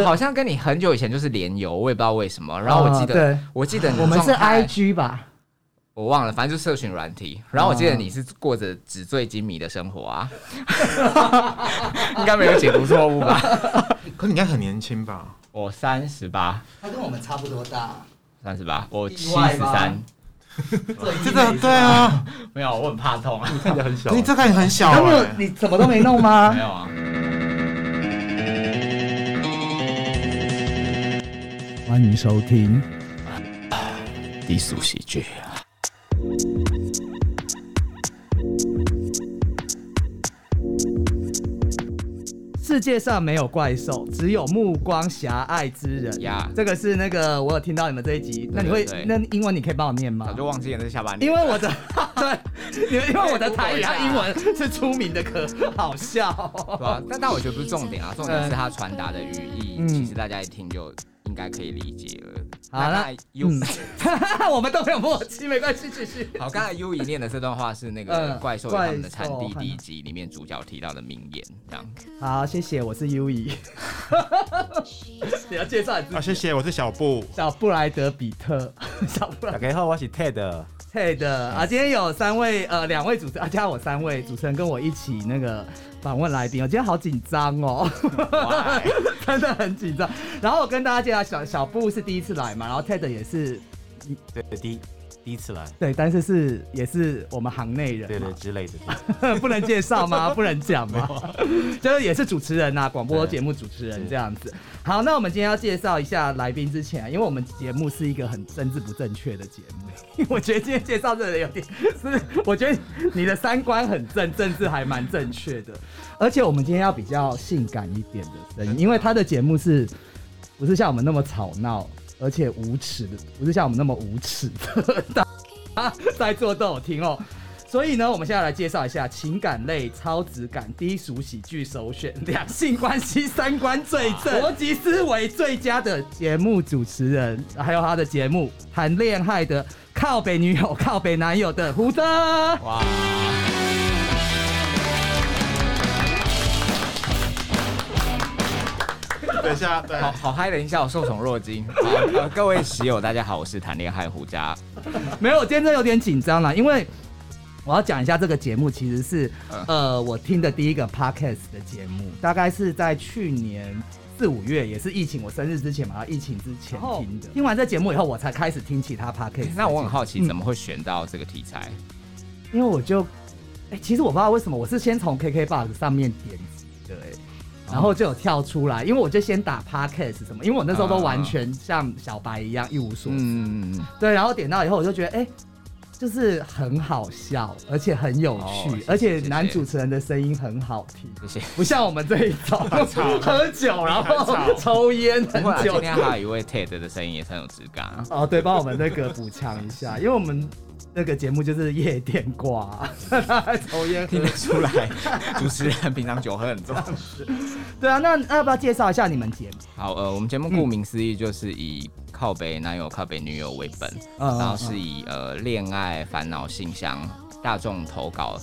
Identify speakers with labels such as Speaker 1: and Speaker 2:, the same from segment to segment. Speaker 1: 哦好像跟你很久以前就是连游，我也不知道为什么。然后我记得，
Speaker 2: 啊哦对，
Speaker 1: 我记得你的
Speaker 2: 我们是
Speaker 1: 状态
Speaker 2: IG 吧？
Speaker 1: 我忘了，反正就是社群软体。然后我记得你是过着纸醉金迷的生活 啊，应该没有解读错误吧？
Speaker 3: 可你应该很年轻吧？
Speaker 1: 我三十八，
Speaker 4: 他跟我们差不多 大，
Speaker 1: 三十八，我七
Speaker 4: 意外
Speaker 1: 十
Speaker 4: 吧
Speaker 1: 三，
Speaker 4: 这
Speaker 3: 真的对啊，
Speaker 1: 没有，我很怕痛啊，
Speaker 5: 看起来很小
Speaker 3: 可你这个也很小
Speaker 2: 他没有
Speaker 3: 哎，
Speaker 2: 你怎么都没弄 吗
Speaker 1: 没？有啊。
Speaker 2: 欢迎收听，
Speaker 1: 低俗喜剧。
Speaker 2: 世界上没有怪兽，只有目光狭隘之人。
Speaker 1: 呀
Speaker 2: 这个是那个我有听到你们这一集，那你会
Speaker 1: 对
Speaker 2: 那英文你可以帮我念
Speaker 1: 早
Speaker 2: 吗？
Speaker 1: 就忘记了是下半年，
Speaker 2: 因为我的 对，因为因为我的台语和
Speaker 1: 可以 Google 一下
Speaker 2: 英文是出名的，可好笑 哦、
Speaker 1: 对啊，但但我觉得不是重点啊，重点是它传达的语义，
Speaker 2: 嗯
Speaker 1: 其实大家一听就应该可以理解了。
Speaker 2: 好
Speaker 1: 那
Speaker 2: 那
Speaker 1: 刚才 U，
Speaker 2: 嗯我们都没有默契，没关系，继续。
Speaker 1: 好，刚才 U 一念的这段话是那个
Speaker 2: 嗯
Speaker 1: 怪兽与他们的产
Speaker 2: 怪
Speaker 1: 地
Speaker 2: 兽
Speaker 1: 第一集里面主角提到的名言，这样。
Speaker 2: 好，谢谢，我是优怡。 你要介绍你自
Speaker 3: 啊，
Speaker 2: 己，
Speaker 3: 谢谢，我是小布。
Speaker 2: 小布莱德比特，小布莱
Speaker 5: 大家好，我是 Ted。
Speaker 2: 对的啊，今天有三位呃两位主持啊，加我三位主持人跟我一起那个访问来宾，我今天好紧张哦， 真的很紧张。然后我跟大家介绍小小布是第一次来嘛，然后 Ted 也是
Speaker 5: 对，第一第一次来，
Speaker 2: 对，但是是也是我们行内人嘛，
Speaker 5: 对对之类的。
Speaker 2: 不能介绍吗？不能讲吗？就是也是主持人呐、啊广播节目主持人这样子。好，那我们今天要介绍一下来宾之前啊、因为我们节目是一个很政治不正确的节目， 我觉得今天介绍这个人有点是，我觉得你的三观很正，政治还蛮正确的，而且我们今天要比较性感一点的声音，因为他的节目是不是像我们那么吵闹，而且无耻的，不是像我们那么无耻的。 啊，在座都有听哦。所以呢，我们现在来介绍一下情感类、超质感、低俗喜剧首选、两性关系三观最正、逻辑思维最佳的节目主持人，还有他的节目谈恋爱的靠北女友、靠北男友的胡歌。
Speaker 1: 哇，
Speaker 3: 等一下，对
Speaker 1: 好好嗨的一下，我受宠若惊。好呃各位喜友，大家好，我是谈恋爱胡渣。
Speaker 2: 没有，我今天真的有点紧张了，因为我要讲一下这个节目其实是
Speaker 1: 嗯
Speaker 2: 呃我听的第一个 podcast 的节目，大概是在去年。四五月也是疫情，我生日之前嘛，疫情之前听的。听完这节目以后，我才开始听其他 podcast。
Speaker 1: 嗯那我很好奇，
Speaker 2: 嗯
Speaker 1: 怎么会选到这个题材？
Speaker 2: 因为我就，哎、其实我不知道为什么，我是先从 KKBox 上面点击的、哎，
Speaker 1: 哦
Speaker 2: 然后就有跳出来，因为我就先打 podcast 什么，因为我那时候都完全像小白一样一无所知。
Speaker 1: 嗯，
Speaker 2: 对，然后点到以后我就觉得，哎、就是很好笑，而且很有趣，
Speaker 1: 哦谢谢
Speaker 2: 而且
Speaker 1: 谢谢
Speaker 2: 男主持人的声音很好听，
Speaker 1: 谢谢。
Speaker 2: 不像我们这一种
Speaker 3: 吵
Speaker 2: 喝酒然后 抽烟
Speaker 1: 不啊过
Speaker 2: 很
Speaker 1: 今
Speaker 2: 久。
Speaker 1: 天还有一位 TED 的声音也是很有质感啊。
Speaker 2: 哦，对，帮我们那个补强一下，因为我们那个节目就是夜店挂， 抽烟喝
Speaker 1: 听得出来，主持人平常酒喝很重。
Speaker 2: 对啊，那那要不要介绍一下你们节目？
Speaker 1: 好，呃，我们节目
Speaker 2: 嗯
Speaker 1: 顾名思义就是以靠北男友、靠北女友为本，
Speaker 2: 嗯
Speaker 1: 然后是以呃恋爱烦恼信箱大众投稿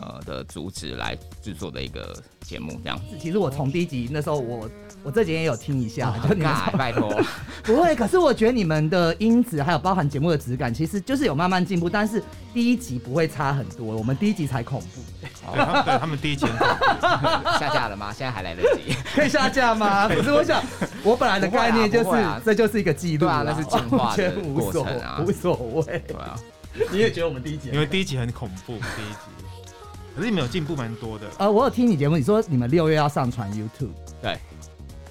Speaker 1: 呃的主旨来制作的一个节目， 这样。
Speaker 2: 其实我从第一集那时候我，我这几天也有听一下，就
Speaker 1: 哦很
Speaker 2: 你们
Speaker 1: 尬，欸拜托。
Speaker 2: 不会，可是我觉得你们的音质还有包含节目的质感，其实就是有慢慢进步，但是第一集不会差很多，我们第一集才恐怖，
Speaker 3: 对他们对他们第一集很恐怖，
Speaker 1: 下架了吗？现在还来得及。
Speaker 2: 可以下架 吗？啊可是我想，我本来的概念就是、
Speaker 1: 不会啊不会啊
Speaker 2: 这就是一个记录啦，
Speaker 1: 对啊那是进化的
Speaker 2: 我觉得无所
Speaker 1: 过程啊
Speaker 2: 无所谓。
Speaker 1: 对啊，
Speaker 2: 你也觉得我们第一集
Speaker 3: 因为第一集很恐怖，第一集。可是你们有进步蛮多的，
Speaker 2: 呃，我有听你节目，你说你们六月要上传 YouTube，
Speaker 1: 对，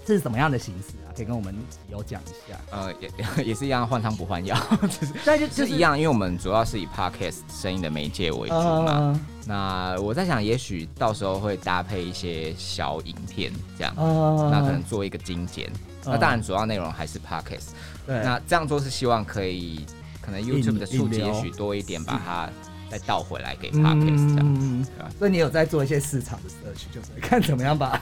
Speaker 2: 是什么样的形式啊？可以跟我们有讲一下。
Speaker 1: 呃，也也是一样，换汤不换药，就是
Speaker 2: 但 就
Speaker 1: 就是一，样，因为我们主要是以 podcast 声音的媒介为主嘛。
Speaker 2: 呃
Speaker 1: 那我在想，也许到时候会搭配一些小影片这样，
Speaker 2: 呃，
Speaker 1: 那可能做一个精简。
Speaker 2: 啊
Speaker 1: 那当然，主要内容还是 podcast。
Speaker 2: 对，
Speaker 1: 那这样做是希望可以，可能 YouTube 的数
Speaker 2: 引
Speaker 1: 据
Speaker 2: 流
Speaker 1: 也许多一点，把它再倒回来给 podcast 这样。
Speaker 2: 嗯
Speaker 1: 对吧
Speaker 2: 所以你有在做一些市场的 search，就是看怎么样把，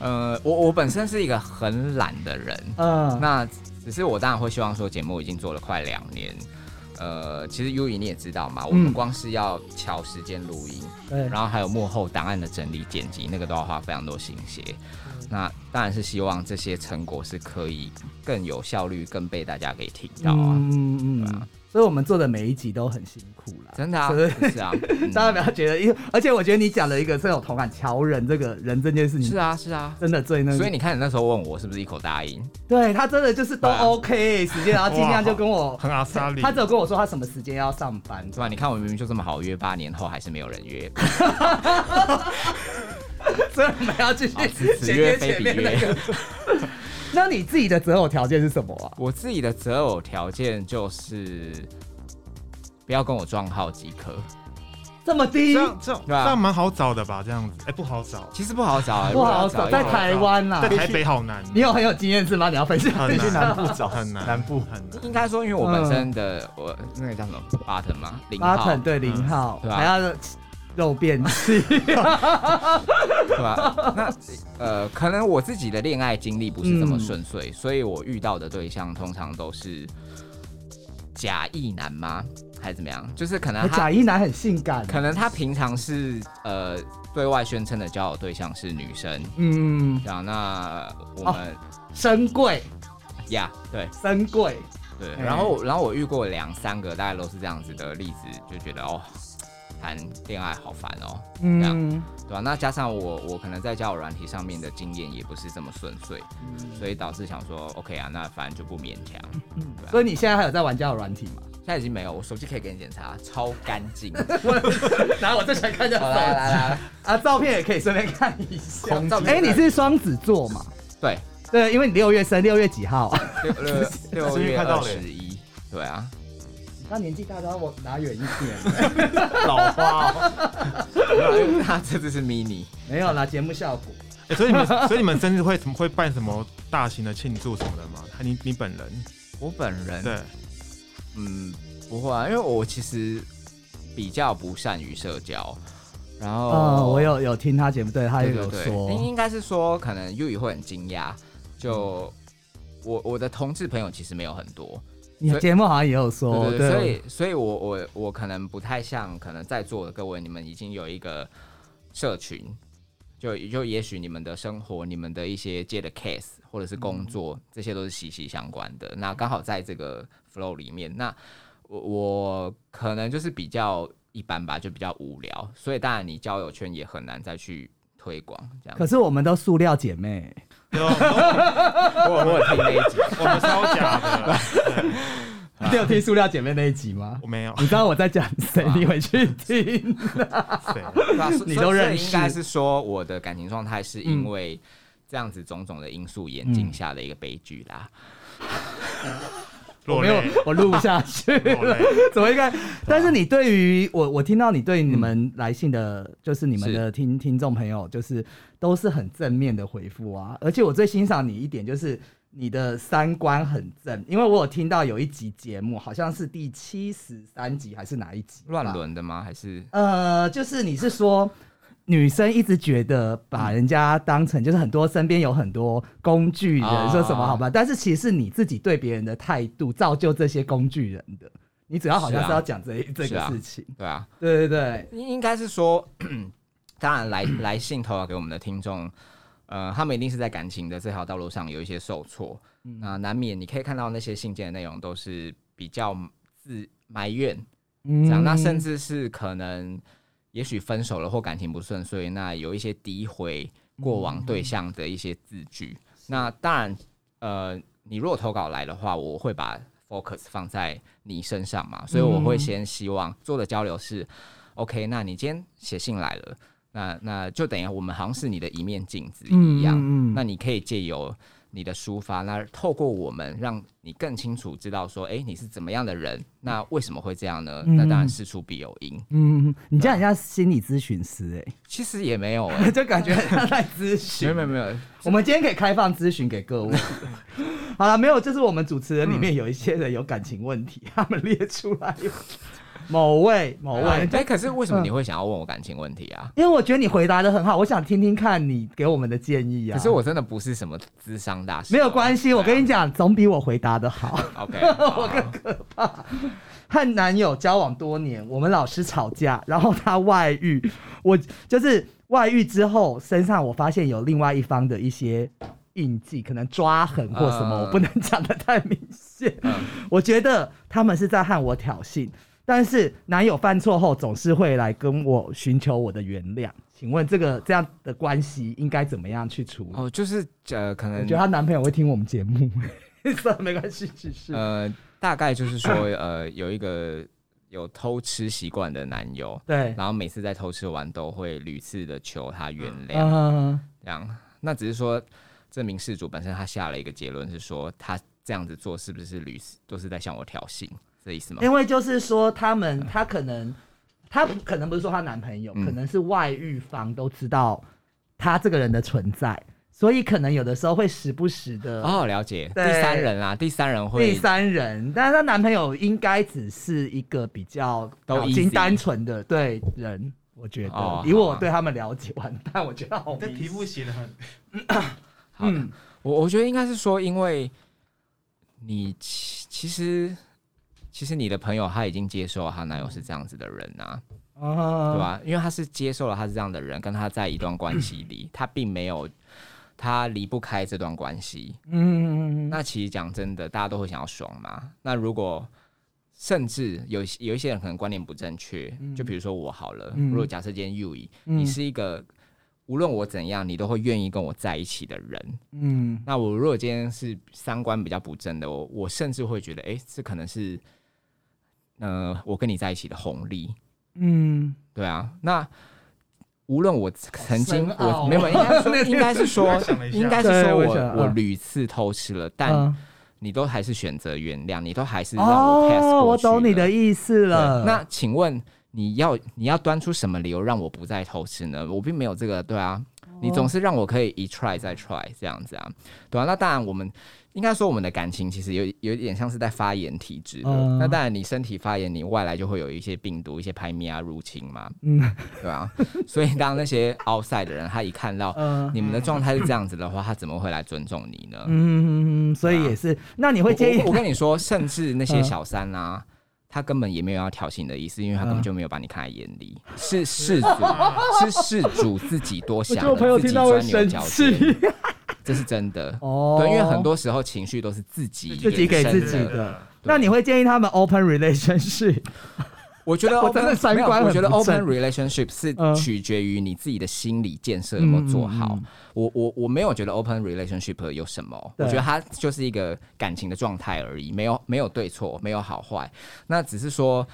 Speaker 1: 呃，我我本身是一个很懒的人，
Speaker 2: 嗯，
Speaker 1: 那只是我当然会希望说，节目已经做了快两年，呃，其实 U 影你也知道嘛，我们光是要调时间录音，
Speaker 2: 对
Speaker 1: 然后还有幕后档案的整理剪辑，那个都要花非常多心血。那当然是希望这些成果是可以更有效率、更被大家给听到啊。
Speaker 2: 嗯嗯
Speaker 1: 对
Speaker 2: 嗯
Speaker 1: 啊。
Speaker 2: 所以我们做的每一集都很辛苦啦，
Speaker 1: 真的啊，
Speaker 2: 是
Speaker 1: 是啊， 嗯
Speaker 2: 大家不要觉得，因为而且我觉得你讲了一个这种同感，乔人这个人这件事
Speaker 1: 是
Speaker 2: 情，
Speaker 1: 啊，是啊。
Speaker 2: 真的最那个，
Speaker 1: 所以你看，你那时候问我是不是一口答应？
Speaker 2: 对他真的就是都
Speaker 1: 对啊
Speaker 2: OK 时间，然后尽量就 跟我，
Speaker 3: 很阿萨里，
Speaker 2: 他只有跟我说他什么时间要上班，
Speaker 1: 对吧？你看我明明就这么好约，八年后还是没有人约，
Speaker 2: 所以我们要继续
Speaker 1: 好此此
Speaker 2: 衔
Speaker 1: 啊约
Speaker 2: 接
Speaker 1: 非
Speaker 2: 前
Speaker 1: 彼
Speaker 2: 面那
Speaker 1: 约
Speaker 2: 个。 那你自己的择偶条件是什么啊？
Speaker 1: 我自己的择偶条件就是不要跟我撞号即可。
Speaker 2: 这么低
Speaker 3: 这，样这样这
Speaker 1: 对啊
Speaker 3: 样蛮好找的吧？这样子，哎、不好找，
Speaker 1: 其实不好找啊，
Speaker 2: 不好
Speaker 1: 如
Speaker 2: 找，
Speaker 1: 果要
Speaker 2: 在
Speaker 1: 一个
Speaker 2: 台湾啊啦
Speaker 3: 在。台北好难，
Speaker 2: 你有很有经验是吗？你要分享
Speaker 3: 很
Speaker 2: 一下。
Speaker 3: 难
Speaker 5: 南部 找
Speaker 3: 很难，
Speaker 5: 南部
Speaker 3: 很难。
Speaker 1: 应该说，因为我
Speaker 2: 嗯
Speaker 1: 本身的我那个叫什么 button 嘛，哦 零
Speaker 2: 八
Speaker 1: 号
Speaker 2: 成对零号，
Speaker 1: 对啊
Speaker 2: 还要肉变器，
Speaker 1: 对吧？那呃，可能我自己的恋爱经历不是这
Speaker 2: 嗯
Speaker 1: 么顺遂，所以我遇到的对象通常都是假意男吗？还是怎么样？就是可能他
Speaker 2: 假一男很性感，
Speaker 1: 可能他平常是呃对外宣称的交友对象是女生，
Speaker 2: 嗯，
Speaker 1: 然后那我
Speaker 5: 哦
Speaker 1: 们
Speaker 2: 深贵
Speaker 1: 呀、对
Speaker 2: 深贵，
Speaker 1: 对，
Speaker 2: 哎
Speaker 1: 然后然后我遇过两三个，大概都是这样子的例子，就觉得哦，谈恋爱好烦哦，这样
Speaker 2: 嗯，
Speaker 1: 对吧、那加上我我可能在交友软体上面的经验也不是这么顺遂，
Speaker 5: 嗯
Speaker 1: 所以导致想说 OK 啊，那反正就不勉强。对啊
Speaker 2: 所以你现在还有在玩交友软体吗？
Speaker 1: 现在已经没有，我手机可以给你检查，超干 净。
Speaker 2: 来，我最想看 这
Speaker 1: 好来来来，
Speaker 2: 啊，照片也可以顺便看一下
Speaker 1: 空。间
Speaker 2: 哎，你是双子座嘛？
Speaker 1: 对，
Speaker 2: 对，因为你六月生，六月几 号啊？
Speaker 1: 六六六
Speaker 5: 终于
Speaker 1: 月
Speaker 5: 看到
Speaker 1: 二
Speaker 5: 了
Speaker 1: 十一，对啊，
Speaker 2: 那年纪大，然后我拿远一点。
Speaker 5: 老花、哦，
Speaker 1: 他这只是 mini，
Speaker 2: 没有啦，节目效果。
Speaker 3: 哎所以你们，所以你们生日会怎么会办什么大型的庆祝什么的吗？你你本人
Speaker 1: 我本 人
Speaker 3: 对，
Speaker 1: 嗯，不会啊，因为我其实比较不善于社交，然后
Speaker 2: 哦，我有有听他节目，对他也
Speaker 1: 对对
Speaker 2: 有
Speaker 1: 对，哎应
Speaker 2: 说，
Speaker 1: 应该是说可能 U 也会很惊讶，就
Speaker 2: 嗯
Speaker 1: 我我的同志朋友其实没有很多，
Speaker 2: 你节目好像也有说，
Speaker 1: 对对对，所以所以我我我可能不太像可能在座的各位，你们已经有一个社群，就就也许你们的生活、你们的一些接的 case 或者是
Speaker 2: 嗯
Speaker 1: 工作，这些都是息息相关的。那刚好在这个 flow 里面，那我我可能就是比较一般吧，就比较无聊，所以当然你交友圈也很难再去推广这样
Speaker 2: 可。是我们都塑料姐妹，
Speaker 3: 有我
Speaker 1: 我我有听那一集，
Speaker 3: 我们超假的，
Speaker 2: 你有听塑料姐妹那一集吗
Speaker 3: 我？没有
Speaker 2: 你知道我在讲 谁？
Speaker 1: 啊
Speaker 2: 你回去 听。
Speaker 3: 谁，
Speaker 1: 对啊所所
Speaker 2: 你
Speaker 1: 以
Speaker 2: 都
Speaker 1: 所以
Speaker 2: 认识嗯
Speaker 1: 应该是说我的感情状态是因为这样子种种的因素演进下的一个悲剧啦。
Speaker 2: 我
Speaker 3: 落
Speaker 2: 没有
Speaker 3: 泪，
Speaker 2: 我录不下去
Speaker 3: 落
Speaker 2: 了
Speaker 3: 泪。
Speaker 2: 怎么应 该？但是你对于我，我听到你对你们来信的，嗯就是你们的听听众朋友，就是都是很正面的回复啊。而且我最欣赏你一点就是你的三观很正，因为我有听到有一集节目，好像是第七十三集还是哪一集吧
Speaker 1: 乱伦的吗？还是
Speaker 2: 呃，就是你是说。女生一直觉得把人家当成就是很多身边有很多工具人，
Speaker 1: 啊
Speaker 2: 说什么好吧，但是其实是你自己对别人的态度造就这些工具人的。你主要好像
Speaker 1: 是啊
Speaker 2: 是要讲这、这
Speaker 1: 是
Speaker 2: 个
Speaker 1: 啊
Speaker 2: 事情，
Speaker 1: 对啊？
Speaker 2: 对对对，
Speaker 1: 应应该是说，当然来来信投稿给我们的听众，呃，他们一定是在感情的这条道路上有一些受挫，
Speaker 2: 嗯
Speaker 1: 那难免你可以看到那些信件的内容都是比较自埋怨，
Speaker 2: 嗯
Speaker 1: 这样，那甚至是可能，也许分手了或感情不顺遂，那有一些诋毁过往对象的一些字句。那当然，呃，你如果投稿来的话，我会把 focus 放在你身上嘛，所以我会先希望做的交流是、OK。那你今天写信来了，那那就等于我们好像是你的一面镜子一样，
Speaker 2: 嗯嗯嗯
Speaker 1: 那你可以借由你的抒发，那透过我们让你更清楚知道说，哎、你是怎么样的人，那为什么会这样呢？那当然事出必有因，
Speaker 2: 嗯，你这样很像心理咨询师
Speaker 1: 其实也没有、
Speaker 2: 哎、
Speaker 1: 诶
Speaker 2: 就感觉很像在咨询
Speaker 1: 没有。没有没有，
Speaker 2: 我们今天可以开放咨询给各位。好了，没有，就是我们主持人里面有一些人有感情问题，他们列出来有某位某
Speaker 1: 哎、
Speaker 2: 位，
Speaker 1: 可是为什么
Speaker 2: 嗯
Speaker 1: 你会想要问我感情问题啊？
Speaker 2: 因为我觉得你回答的很好，我想听听看你给我们的建议啊。
Speaker 1: 可是我啊真的不是什么智商大师，
Speaker 2: 没有关系，我跟
Speaker 1: 你
Speaker 2: 你讲，总比我回答的好。
Speaker 1: OK，
Speaker 2: 我更可怕。和男友交往多年，我们老是吵架，然后他外遇，我就是外遇之后，身上我发现有另外一方的一些印记，可能抓痕或什么，
Speaker 1: 嗯
Speaker 2: 我不能讲的太明显。
Speaker 1: 嗯
Speaker 2: 我觉得他们是在和我挑衅，但是男友犯错后总是会来跟我寻求我的原谅。请问这个这样的关系应该怎么样去处理？
Speaker 1: 哦，就是呃，可
Speaker 2: 我
Speaker 1: 能
Speaker 2: 觉得她男朋友会听我们节 目，算啊了，没关系，只是、
Speaker 1: 呃，大概就是说呃，有一个有偷吃习惯的男友，
Speaker 2: 对，
Speaker 1: 然后每次在偷吃完都会屡次的求他原谅，
Speaker 2: 嗯、
Speaker 1: 这样。那只是说，这名事主本身他下了一个结论是说，他这样子做是不是屡次都是在向我挑衅，这意思吗？
Speaker 2: 因为就是说他们，她可能，她可能不是说她男朋友，
Speaker 1: 嗯
Speaker 2: 可能是外遇方都知道她这个人的存在，所以可能有的时候会时不时的
Speaker 1: 哦，了解。第
Speaker 2: 对
Speaker 1: 三人啊，第三人
Speaker 2: 第
Speaker 1: 会
Speaker 2: 三人，但是她男朋友应该只是一个比较
Speaker 1: 都
Speaker 2: 脑筋
Speaker 1: easy
Speaker 2: 单纯的对人，我觉得、
Speaker 1: 哦
Speaker 2: 以我
Speaker 1: 好
Speaker 2: 对他们了解 完蛋，我觉得好
Speaker 3: 你的
Speaker 2: 迷
Speaker 3: 题目写的很，
Speaker 1: 好
Speaker 2: 嗯
Speaker 1: 的，我我觉得应该是说，因为你其其实其实你的朋友他已经接受了她男友是这样子的人啊，
Speaker 2: 啊
Speaker 1: 对吧？因为他是接受了他是这样的人，跟他在一段关系 里，他并没有他离不开这段关系。
Speaker 2: 嗯，
Speaker 1: 那其实讲真的，大家都会想要爽嘛。那如果甚至有一些有一些人可能观念不正确，就比如说我好了，
Speaker 2: 嗯
Speaker 1: 如果假设今天 U 以、
Speaker 2: 嗯
Speaker 1: 你是一个无论我怎样，你都会愿意跟我在一起的人，
Speaker 2: 嗯
Speaker 1: 那我如果今天是三观比较不正的，我我甚至会觉得，哎、这可能是，呃，我跟你在一起的红利，
Speaker 2: 嗯，
Speaker 1: 对啊。那无论我曾经，
Speaker 2: 深奥
Speaker 1: 我没有，应该 说应该是说
Speaker 3: 想了，一下
Speaker 1: 应该是
Speaker 2: 对
Speaker 1: 说
Speaker 2: 我
Speaker 1: 我
Speaker 2: 想
Speaker 1: 我
Speaker 2: 嗯
Speaker 1: 屡次偷吃了，但
Speaker 2: 嗯
Speaker 1: 你都还是选择原谅，你都还是让我 pass
Speaker 2: 哦，我
Speaker 1: 过去
Speaker 2: 懂你的意思
Speaker 1: 对
Speaker 2: 了。
Speaker 1: 那请问你要你要端出什么理由让我不再偷吃呢？我并没有这个，对啊，你总是让我可以一 try 再 try 这样子啊，对啊。那当然，我们应该说我们的感情其实有有一点像是在发炎体质的。
Speaker 2: 嗯
Speaker 1: 那当然，你身体发炎，你外来就会有一些病毒、一些排米啊入侵嘛，
Speaker 2: 嗯
Speaker 1: 对啊。 所以当那些 outside 的人他一看到
Speaker 2: 嗯
Speaker 1: 你们的状态是这样子的话，他怎么会来尊重你呢？
Speaker 2: 嗯，所以也是。那你
Speaker 1: 我
Speaker 2: 会建 议
Speaker 1: 啊我我跟你说，甚至那些
Speaker 2: 嗯
Speaker 1: 小三啊，他根本也没有要挑衅你的意思，因为他根
Speaker 2: 嗯
Speaker 1: 本就没有把你看在眼 里，是事主啊是事主自己多想
Speaker 2: 我觉得我朋友
Speaker 1: 了，自己
Speaker 2: 听到会
Speaker 1: 钻牛角
Speaker 2: 生
Speaker 1: 尖，这是真的。
Speaker 2: 哦
Speaker 1: 对，因为很多时候情绪都是自己
Speaker 2: 自己给
Speaker 1: 衍生
Speaker 2: 自己
Speaker 1: 的。
Speaker 2: 的。那你会建议他们 open relationship？
Speaker 1: 我觉得
Speaker 2: 我真的
Speaker 1: open-
Speaker 2: 三
Speaker 1: 没有
Speaker 2: 观很
Speaker 1: 我觉得
Speaker 2: 不
Speaker 1: open
Speaker 2: 正
Speaker 1: relationship 是
Speaker 2: 嗯
Speaker 1: 取决于你自己的心理建设有没有做好
Speaker 2: 嗯嗯。
Speaker 1: 我我我没有觉得 open relationship 有什么，
Speaker 2: 对
Speaker 1: 我觉得它就是一个感情的状态而已，没有没有对错，没有好坏，那只是说，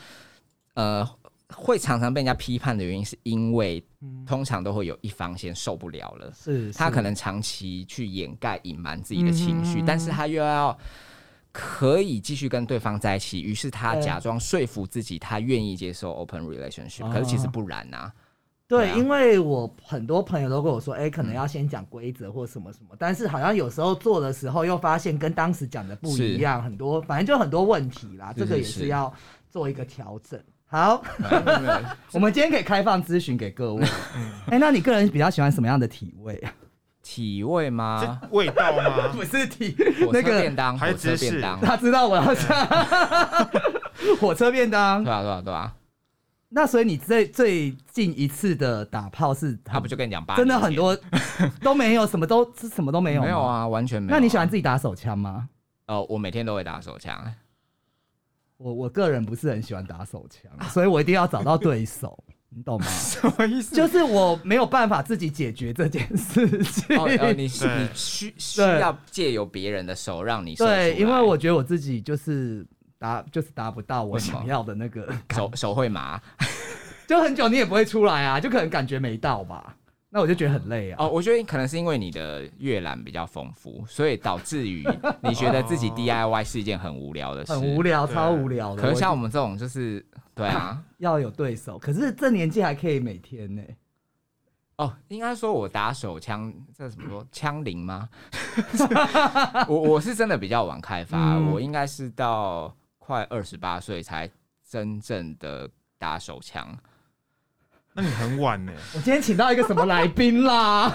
Speaker 1: 呃。会常常被人家批判的原因，是因为
Speaker 2: 嗯
Speaker 1: 通常都会有一方先受不了了，
Speaker 2: 是嗯
Speaker 1: 他可
Speaker 2: 能
Speaker 1: 能长期去掩盖、隐瞒自己的情绪，但是他又要可以继续跟对方在一起，于是他
Speaker 2: 对
Speaker 1: 假装说服自己，他愿意接受 open relationship，、
Speaker 2: 啊
Speaker 1: 可是其实不然 呐、
Speaker 2: 对
Speaker 1: 对，啊嗯
Speaker 2: 因为我很多朋友都跟我说，哎，可能要先讲规则或什么什么，但是好像有时候做的时候又发现跟当时讲的不一样，很多反正就很多问题啦，
Speaker 1: 是
Speaker 2: 这个也
Speaker 1: 是
Speaker 2: 是
Speaker 1: 是
Speaker 2: 要做一个调整。 好，
Speaker 1: 啊。
Speaker 2: 我们今天可以开放咨询 给各位。哎，那你个人比较喜欢什么样的体位？
Speaker 1: 体味吗？
Speaker 3: 这味道吗？
Speaker 2: 是体
Speaker 1: 火
Speaker 2: 那
Speaker 1: 车
Speaker 2: 个
Speaker 1: 便当，
Speaker 3: 还
Speaker 1: 火
Speaker 3: 是
Speaker 1: 车
Speaker 3: 芝士
Speaker 1: 便 当，对
Speaker 2: 他知道我要讲 火车便当。
Speaker 1: 啊对啊对啊，
Speaker 2: 那所以你最最近一次的打炮是很，
Speaker 1: 他不就跟你讲八年
Speaker 2: 真
Speaker 1: 前？
Speaker 2: 的很多都没有，什么都是什么都没有，
Speaker 1: 没有。啊，完全没有、
Speaker 2: 那你喜欢
Speaker 1: 己？
Speaker 2: 自己打手枪吗？
Speaker 1: 呃，我每天都会打手 枪，
Speaker 2: 我我个人不是很喜欢打手枪，
Speaker 1: 啊
Speaker 2: 所以我一定要找到对手，你 懂吗？
Speaker 3: 什么意思？
Speaker 2: 就是我没有办法自己解决这件事 情。
Speaker 1: 哦，呃、你是
Speaker 3: 对
Speaker 1: 你需需要借由别人的手让你射
Speaker 2: 对，
Speaker 1: 出
Speaker 2: 因为
Speaker 1: 来
Speaker 2: 我觉得我自己就是达就是达不到我
Speaker 1: 为什么
Speaker 2: 想要的那个，
Speaker 1: 手手会麻
Speaker 2: 就很久你也不会出来啊，就可能感觉没到吧。那我就觉得很累啊。
Speaker 1: 哦，我觉得可能是因为你的阅览比较丰富，所以导致 于你觉得自己 DIY 是一件很无聊的事。
Speaker 2: 哦很无聊，
Speaker 3: 对
Speaker 2: 超无聊的。
Speaker 1: 可是像
Speaker 2: 我
Speaker 1: 我们这种就是对啊，
Speaker 2: 要有对手，可是这年纪还可以每天呢、
Speaker 1: 哦，应该说我打手枪，这怎么说枪龄 吗？我我是真的比较晚开发，
Speaker 2: 嗯
Speaker 1: 我应该是到快二十八岁才真正的打手枪。
Speaker 3: 那你很晚呢。
Speaker 2: 我今天请到一个什么来宾啦？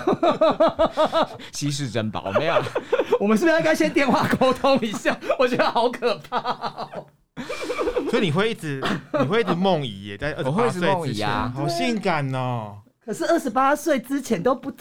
Speaker 1: 稀世珍宝没有啦，啊
Speaker 2: 我们是不是应该先电话沟通一下？ 我觉得好可怕哦、
Speaker 3: 所以你会一直，你会一直梦遗耶，在二十
Speaker 1: 我会
Speaker 3: 八
Speaker 1: 一直梦
Speaker 3: 岁之
Speaker 1: 遗
Speaker 3: 前，
Speaker 1: 啊
Speaker 3: 好性感哦。
Speaker 2: 可是二十八岁之前都不，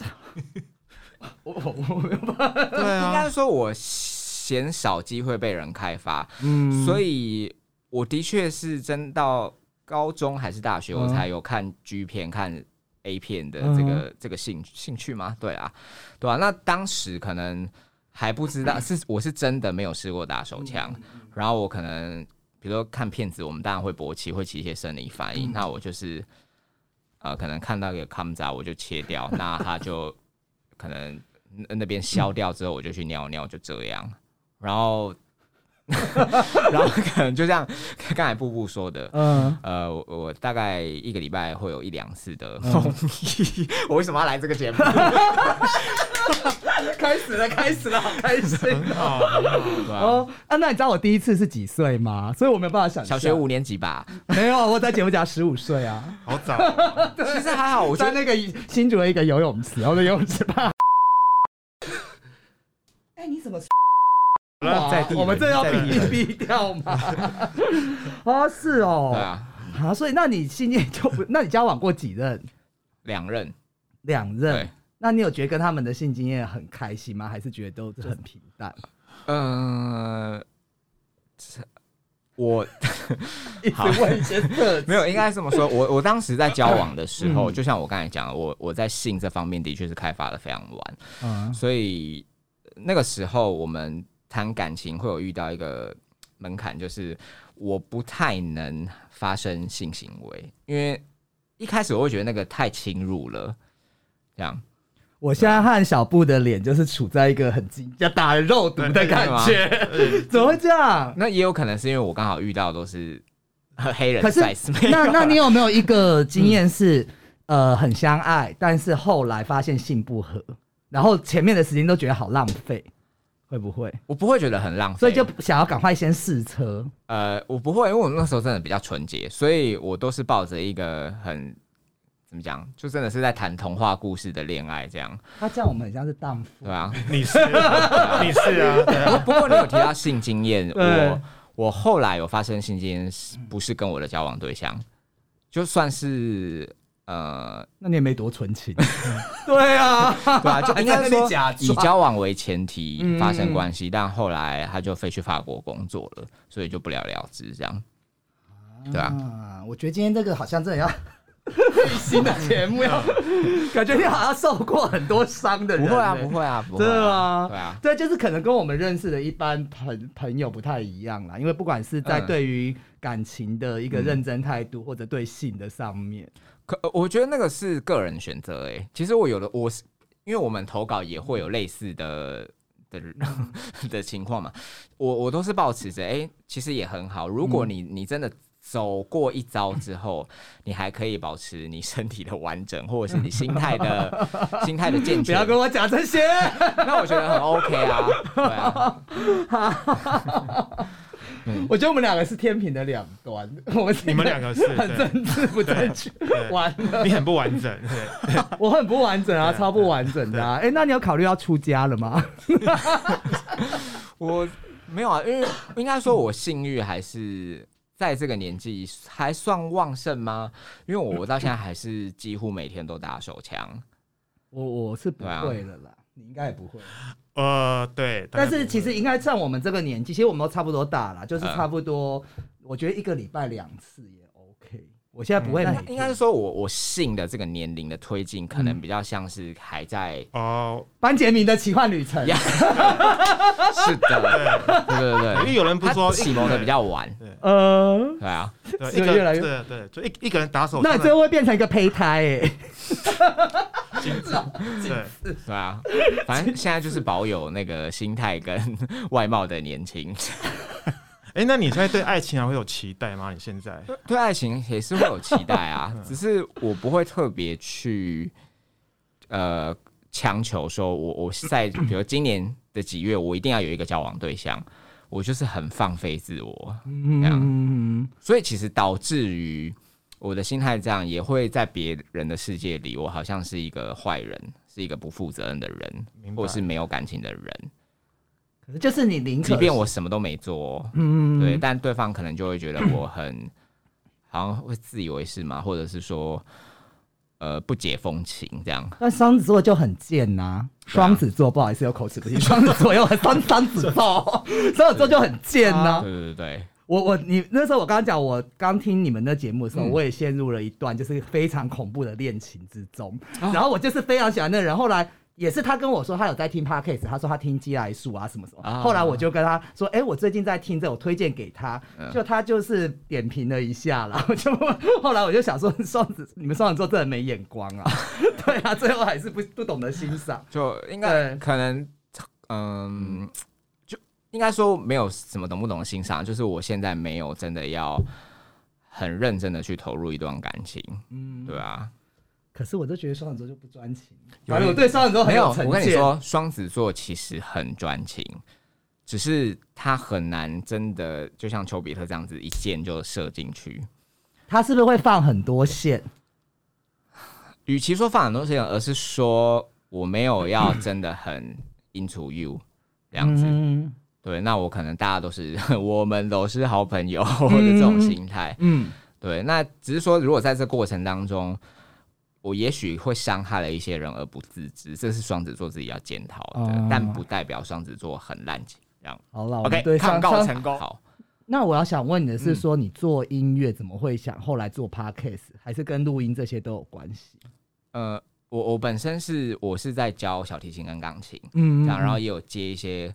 Speaker 2: 我我我没有办法
Speaker 3: 对
Speaker 1: 应
Speaker 3: 啊
Speaker 1: 该，说我嫌少机会被人开发，
Speaker 3: 嗯，
Speaker 1: 所
Speaker 3: 以
Speaker 1: 以我的确是真到高中还是大学，
Speaker 3: 嗯
Speaker 1: 我才有看 G 片、看 A 片的这个、这个兴兴趣吗？对啊，对啊。那当时可能还不 知道，是我是真的没有试过打手枪，
Speaker 3: 嗯
Speaker 1: 然后我可能比如说看片子，我们当然会勃起，会起一些生理反
Speaker 3: 嗯
Speaker 1: 应，那我就是。呃，可能看到一个康扎，我就切掉，那他就 可能那那边消掉之后，我就去尿尿，就这样。然后， 然后可能就像刚才布布说的，
Speaker 2: 嗯，
Speaker 1: 呃，我我大概一个礼拜会有一两次的
Speaker 2: 嗯
Speaker 1: 梦遗。 我为什么要来这个节目？
Speaker 2: 开始了，开始了，好开心
Speaker 3: 很好，很好
Speaker 1: 对啊
Speaker 2: 哦！啊，那你知道我第一次是几岁吗？所以我没有办法想
Speaker 1: 小
Speaker 2: 象。
Speaker 1: 学五年级 吧，
Speaker 2: 没有，我在节目讲十五岁啊，
Speaker 3: 好早，
Speaker 1: 其实还好，我
Speaker 2: 我
Speaker 1: 觉
Speaker 2: 在
Speaker 1: 得
Speaker 2: 那个新竹的一个游泳池，我的游泳池吧。 哎，你怎么？
Speaker 5: 了在地人
Speaker 2: 我们这要
Speaker 5: 在地
Speaker 2: 逼
Speaker 5: 人
Speaker 2: 逼掉 吗？哦，是
Speaker 1: 对
Speaker 2: 哦，
Speaker 1: 啊，
Speaker 2: 啊，所以那你信念就不，那你交往过几任？
Speaker 1: 两任
Speaker 2: 两任
Speaker 1: 对。，
Speaker 2: 那你有觉得跟他们的性经验很开心吗？还是觉得都很平 淡？
Speaker 1: 嗯、呃， 我
Speaker 2: 一直问一些特质
Speaker 1: 没有，应该这么说。我我当时在交往的时候，
Speaker 2: 嗯
Speaker 1: 就像我刚才讲的，我我在性这方面的确是开发的非常晚，
Speaker 2: 嗯
Speaker 1: 所以那个时候我们谈感情会有遇到一个门槛，就是我不太能发生性行为，因为一开始我会觉得那个太侵入了，这样。
Speaker 2: 我现在和小布的脸就是处在一个很惊要打人肉毒的感觉，怎么会这样？
Speaker 1: 那也有可能是因为我刚好遇到的都是呃黑人
Speaker 2: 可是
Speaker 1: size，没有
Speaker 2: 那
Speaker 1: 啊
Speaker 2: 那你有没有一个经验是，呃，很相爱，但是后来发现性不合，然后前面的时间都觉得好浪费，会不会？
Speaker 1: 我不会觉得很浪费，
Speaker 2: 所以就想要赶快先试车，
Speaker 1: 呃，我不会，因为我那时候真的比较纯洁，所以我都是抱着一个很怎么讲，就真的是在谈童话故事的恋爱这样，
Speaker 2: 他这样我们很像是荡妇
Speaker 1: 对。吧、
Speaker 3: 你是你是啊，对啊
Speaker 1: 啊？不过你有提到性经 验，
Speaker 2: 对
Speaker 1: 我我后来有发生性经验，是不是跟我的交往对象，就算是呃，
Speaker 2: 那你也没多纯情， 对啊，
Speaker 1: 对啊，就应该
Speaker 2: 还在那
Speaker 1: 说嗯
Speaker 2: 里假
Speaker 1: 以交往为前提发生关系，但后来他就飞去法国工作了，所以就不了了之这样，对啊。
Speaker 2: 啊，我觉得今天这个好像真的要 新的节目要，感觉你好像受过很多伤的人、
Speaker 1: 不会啊，
Speaker 2: 欸
Speaker 1: 不会啊，不会、
Speaker 2: 真
Speaker 1: 啊，
Speaker 2: 的吗？
Speaker 1: 对啊，
Speaker 2: 对，就是可能跟我们认识的一般朋朋友不太一样啦，因为不管是在
Speaker 1: 嗯
Speaker 2: 对于感情的一个认真态度，或者对性的上面，
Speaker 1: 可呃我觉得那个是个人选择诶、其实我有的我是因为我们投稿也会有类似的的 的情况嘛，我我都是保持着诶、其实也很好。如
Speaker 2: 嗯
Speaker 1: 果你你真的走过一遭之后，你还可以保持你身体的完整，或者是你心态 的心态的健
Speaker 2: 不
Speaker 1: 全
Speaker 2: 要，跟我讲这些。
Speaker 1: 那我觉得很 OK 啊，对啊，
Speaker 2: 我觉得我们两个是天平的两端，我们是
Speaker 3: 你们两个是
Speaker 2: 很
Speaker 3: 对
Speaker 2: 政治不正确，
Speaker 3: 对
Speaker 2: 完了，
Speaker 3: 你很不完整，对
Speaker 2: 我很不完整啊，
Speaker 3: 对
Speaker 2: 超不完整的啊。哎，那你有考虑要出家了吗？
Speaker 1: 我没有啊，因为应该说我性欲还是。在这个年纪还算旺盛吗？因为我到现在还是几乎每天都打手枪，
Speaker 2: 我我是不
Speaker 1: 对啊
Speaker 2: 会了啦，你应该也不会。
Speaker 3: 呃，对，
Speaker 2: 但是其实应该像我们这个年纪，其实我们都差不多大了，就是
Speaker 1: 嗯
Speaker 2: 差不多，我觉得一个礼拜两次也 OK。我现在不会每
Speaker 1: 那
Speaker 3: 嗯
Speaker 2: 天，
Speaker 1: 应该是说我我性的这个年龄的推进，可能比较像是还在。
Speaker 3: 哦，
Speaker 2: 班杰明的奇幻旅程。
Speaker 1: 呀是的，
Speaker 3: 对，
Speaker 1: 对对
Speaker 3: 因为
Speaker 1: 对，
Speaker 3: 有人不
Speaker 1: 他
Speaker 3: 说
Speaker 1: 启蒙的比较晚，
Speaker 2: 呃，
Speaker 1: 对啊，
Speaker 3: 对
Speaker 2: 是
Speaker 3: 一个
Speaker 2: 越来越
Speaker 3: 对对，就一一个人打手
Speaker 2: 那
Speaker 3: 枪
Speaker 2: 你
Speaker 3: 的，
Speaker 2: 最后会变成一个胚胎哎、
Speaker 3: 对
Speaker 1: 对啊，反正现在就是保有那个心态跟 外貌的年轻，
Speaker 3: 哎，那你现在对爱情还会有期待吗？你现在
Speaker 1: 对爱情也是会有期待 啊，
Speaker 2: 嗯
Speaker 1: 只是我不会特别去呃强求说我我在比如今年的几月我一定要有一个交往对象，我就是很放飞自我，这样。
Speaker 2: 嗯，
Speaker 1: 所以其实导致于我的心态这样，也会在别人的世界里，我好像是一个坏人，是一个不负责任的人，
Speaker 3: 明白
Speaker 1: 或者是没有感情的人。
Speaker 2: 可是就是你宁可，
Speaker 1: 即便我什么都没做，
Speaker 2: 嗯
Speaker 1: 对，但对方 可能就会觉得我很好像会自以为是嘛，或者是说，呃不解风情这样。
Speaker 2: 但双子座就很贱呐、双子座不好意思，有口齿 不清。双子座又很双双子座，双子座就很贱呐、
Speaker 1: 对对对对，
Speaker 2: 我我你那时候我刚刚讲，我刚听你们的节目的时候，
Speaker 1: 嗯
Speaker 2: 我也陷入了一段就是非常恐怖的恋情之中。
Speaker 1: 哦
Speaker 2: 然后我就是非常喜欢那个人，后来也是他跟我说他有在听 podcast，他说他听基来树啊什么什么。
Speaker 1: 啊
Speaker 2: 后来我就跟他说，哎、我最近在听这个，我推荐给他，
Speaker 1: 嗯
Speaker 2: 就他就是点评了一下 啦。我就后来我就想说，双子你们双子座真的没眼光啊， 对啊，最后还是不不懂得欣赏。
Speaker 1: 就应该
Speaker 2: 对
Speaker 1: 可能，嗯，就应该说没有什么懂不懂欣赏，就是我现在没有真的要很认真的去投入一段感情，
Speaker 2: 嗯，
Speaker 1: 对啊。
Speaker 2: 可是我就觉得双子座就不专情，
Speaker 3: 有
Speaker 2: 反正我对双子座很
Speaker 1: 没有，
Speaker 2: 成见。
Speaker 1: 我跟你说，双子座其实很专情，只是他很难真的就像丘比特这样子一箭就射进去。
Speaker 2: 他是不是会放很多线？
Speaker 1: 与其说放很多事情，而是说我没有要真的很 into you 这样子。
Speaker 2: 嗯
Speaker 1: 对，那我可能大家都是 我们都是好朋友的这种心态。
Speaker 2: 嗯，
Speaker 1: 对，那只是说，如果在这过程当中，我也许会伤害了一些人而不自知，这是双子座自己要检讨的，
Speaker 2: 哦
Speaker 1: 但不代表双子座很滥情。这样
Speaker 2: 好了我们
Speaker 1: ，OK，
Speaker 2: 对
Speaker 1: 抗
Speaker 2: 上
Speaker 1: 告
Speaker 2: 上
Speaker 1: 成功。好，
Speaker 2: 那我要想问你的是，说你做音乐怎么会想后来做 podcast，还是跟录音这些都有关系？
Speaker 1: 呃，我我本身是我是在教小提琴跟钢琴，
Speaker 2: 嗯
Speaker 1: 这样，然后也有接一些，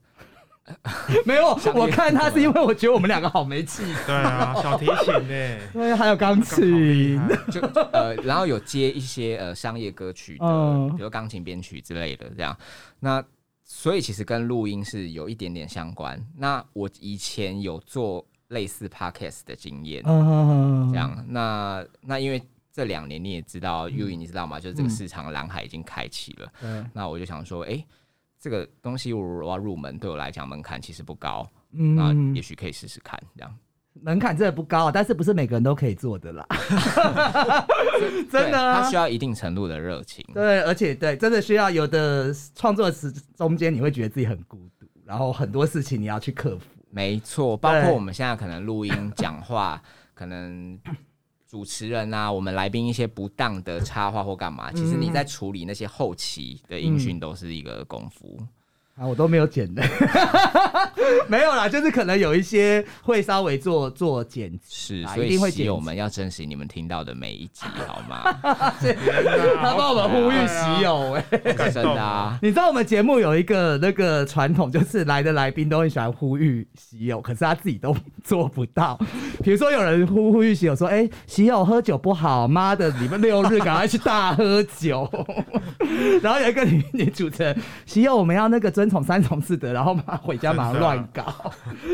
Speaker 2: 没有，
Speaker 1: 商业
Speaker 2: 我看他是因为我觉得我们两个好没气，
Speaker 3: 对啊，小提琴呢，
Speaker 2: 对，还有钢琴，
Speaker 1: 就呃，然后有接一些呃商业歌曲的，
Speaker 2: 嗯
Speaker 1: 比如钢琴编曲之类的这样。那所以其实跟录音是有一点点相关。那我以前有做类似 podcast 的经验，
Speaker 2: 嗯，
Speaker 1: 这样。那那因为这两年你也知
Speaker 2: 嗯
Speaker 1: 道，玉你知道吗？就是这个市场蓝海已经开启了。
Speaker 2: 对，
Speaker 1: 那我就想说，哎、这个东西我我要入门，对我来讲门槛其实不高，那
Speaker 2: 嗯
Speaker 1: 也，许可以试试看这 样。
Speaker 2: 门槛真的不高，但是不是每个人都可以做的啦， 真
Speaker 1: 对
Speaker 2: 的啊
Speaker 1: 它需要一定程度的热情。
Speaker 2: 对，而且对，真的需要有的创作时中间你会觉得自己很孤独，然后很多事情你要去克服。
Speaker 1: 没错，包括
Speaker 2: 对
Speaker 1: 我们现在可能录音、讲 话，可能主持人啊，我们来宾一些不当的插话或干
Speaker 2: 嗯
Speaker 1: 嘛，其实你在处理那些后期的音讯都是一个功夫。
Speaker 2: 啊，我都没有剪的， 没有啦，就是可能有一些会稍微做做剪辑，
Speaker 1: 是，
Speaker 2: 啊
Speaker 1: 所
Speaker 2: 一
Speaker 1: 以
Speaker 2: 定会
Speaker 1: 希
Speaker 2: 剪
Speaker 1: 友
Speaker 2: 辑
Speaker 1: 们要珍惜你们听到的每 一集，好吗？
Speaker 3: 啊
Speaker 2: 他帮我们呼吁喜友哎、
Speaker 1: 真的啊，
Speaker 2: 你知道我们节目有一个那个传统，就是来的来宾都很喜欢呼吁喜友，可是他自己都 做不到。比如说有人呼呼吁喜友说：“哎、喜友喝酒不好，妈的，你们六日赶快去大喝酒。” 然后有一个女女主持人，喜友我们要那个遵从三从四德，然后马回家马上乱搞，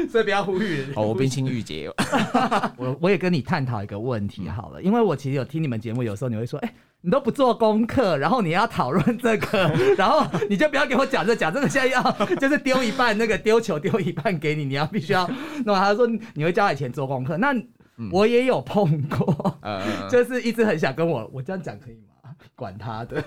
Speaker 2: 所以不要呼吁人。
Speaker 1: 哦，我冰清玉 洁，
Speaker 2: 我我也跟你探讨一个问题好了，因为我其实有听你们节目，有时候你会说，哎、你都不做功课，然后你要讨论这个，然后你就不要给我讲这讲这个，现在要 就是丢一半那个丢球丢一半给你，你要必须要弄。他说你会教他以前做功课，那我也有碰过，
Speaker 1: 呃，
Speaker 2: 就是一直很想跟我，我这样讲可以吗？ 管他的，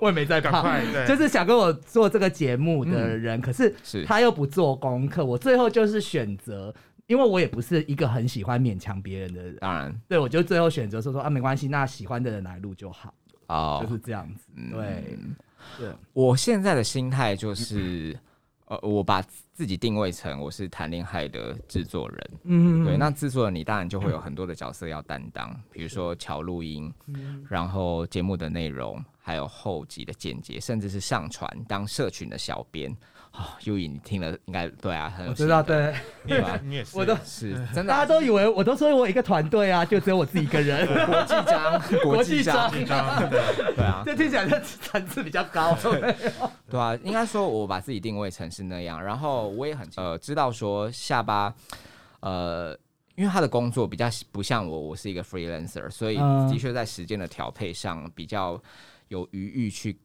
Speaker 2: 我也没在
Speaker 3: 赶
Speaker 2: 怕
Speaker 3: 快。对，
Speaker 2: 就是想跟我做这个节目的人，可是
Speaker 1: 是
Speaker 2: 他又不做功课，我最后就是选择，因为我也不是一个很喜欢勉强别人的人，
Speaker 1: 当然
Speaker 2: 对我就最后选择说说啊，没关系，那喜欢的人来录就好，
Speaker 1: 哦
Speaker 2: 就，是这样子。对，对，
Speaker 1: 我现在的心态就是，呃，我把自己定位成我是谈恋爱的制作人。
Speaker 2: 嗯
Speaker 1: 对，那制作人你当然就会有很多的角色要担当，比如说桥录音，
Speaker 2: 嗯
Speaker 1: 然后节目的内容，还有后集的剪接，甚至是上传当社群的小编。哦，优颖，你听了应该对啊，很有
Speaker 2: 我知道，
Speaker 1: 心得，
Speaker 2: 对，
Speaker 3: 你也你也是，
Speaker 2: 我都
Speaker 1: 是真的
Speaker 2: 大
Speaker 1: 啊
Speaker 2: 家都以为我都说我有一个团队啊，就只有我自己一个人，
Speaker 1: 国际 章，国际章，
Speaker 3: 一张对
Speaker 1: 对啊，
Speaker 2: 这听起来的层次比较高。
Speaker 1: 对啊，应该说我把自己定位成是那样，然后我也很呃知道说下巴，呃，因为他的工作比较不像我，我是一个 freelancer，所以
Speaker 2: 嗯
Speaker 1: 的确在时间的调配上比较有余裕去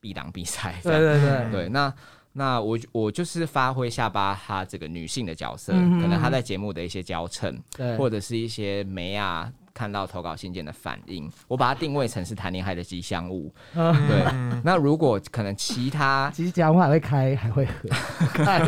Speaker 1: 避挡比赛这
Speaker 2: 对
Speaker 1: 样。
Speaker 2: 对对，
Speaker 1: 对，那那我就我就是发挥下巴她这个女性的角色，
Speaker 2: 嗯哼
Speaker 1: 可能她在节目的一些娇嗔，
Speaker 2: 对
Speaker 1: 或者是一些美啊看到投稿信件的反应，我把它定位成是谈恋爱的吉祥物。
Speaker 2: 嗯，
Speaker 1: 对，
Speaker 3: 嗯
Speaker 1: 那如果可能其他
Speaker 2: 其实讲话还会开，还会 嗯合，开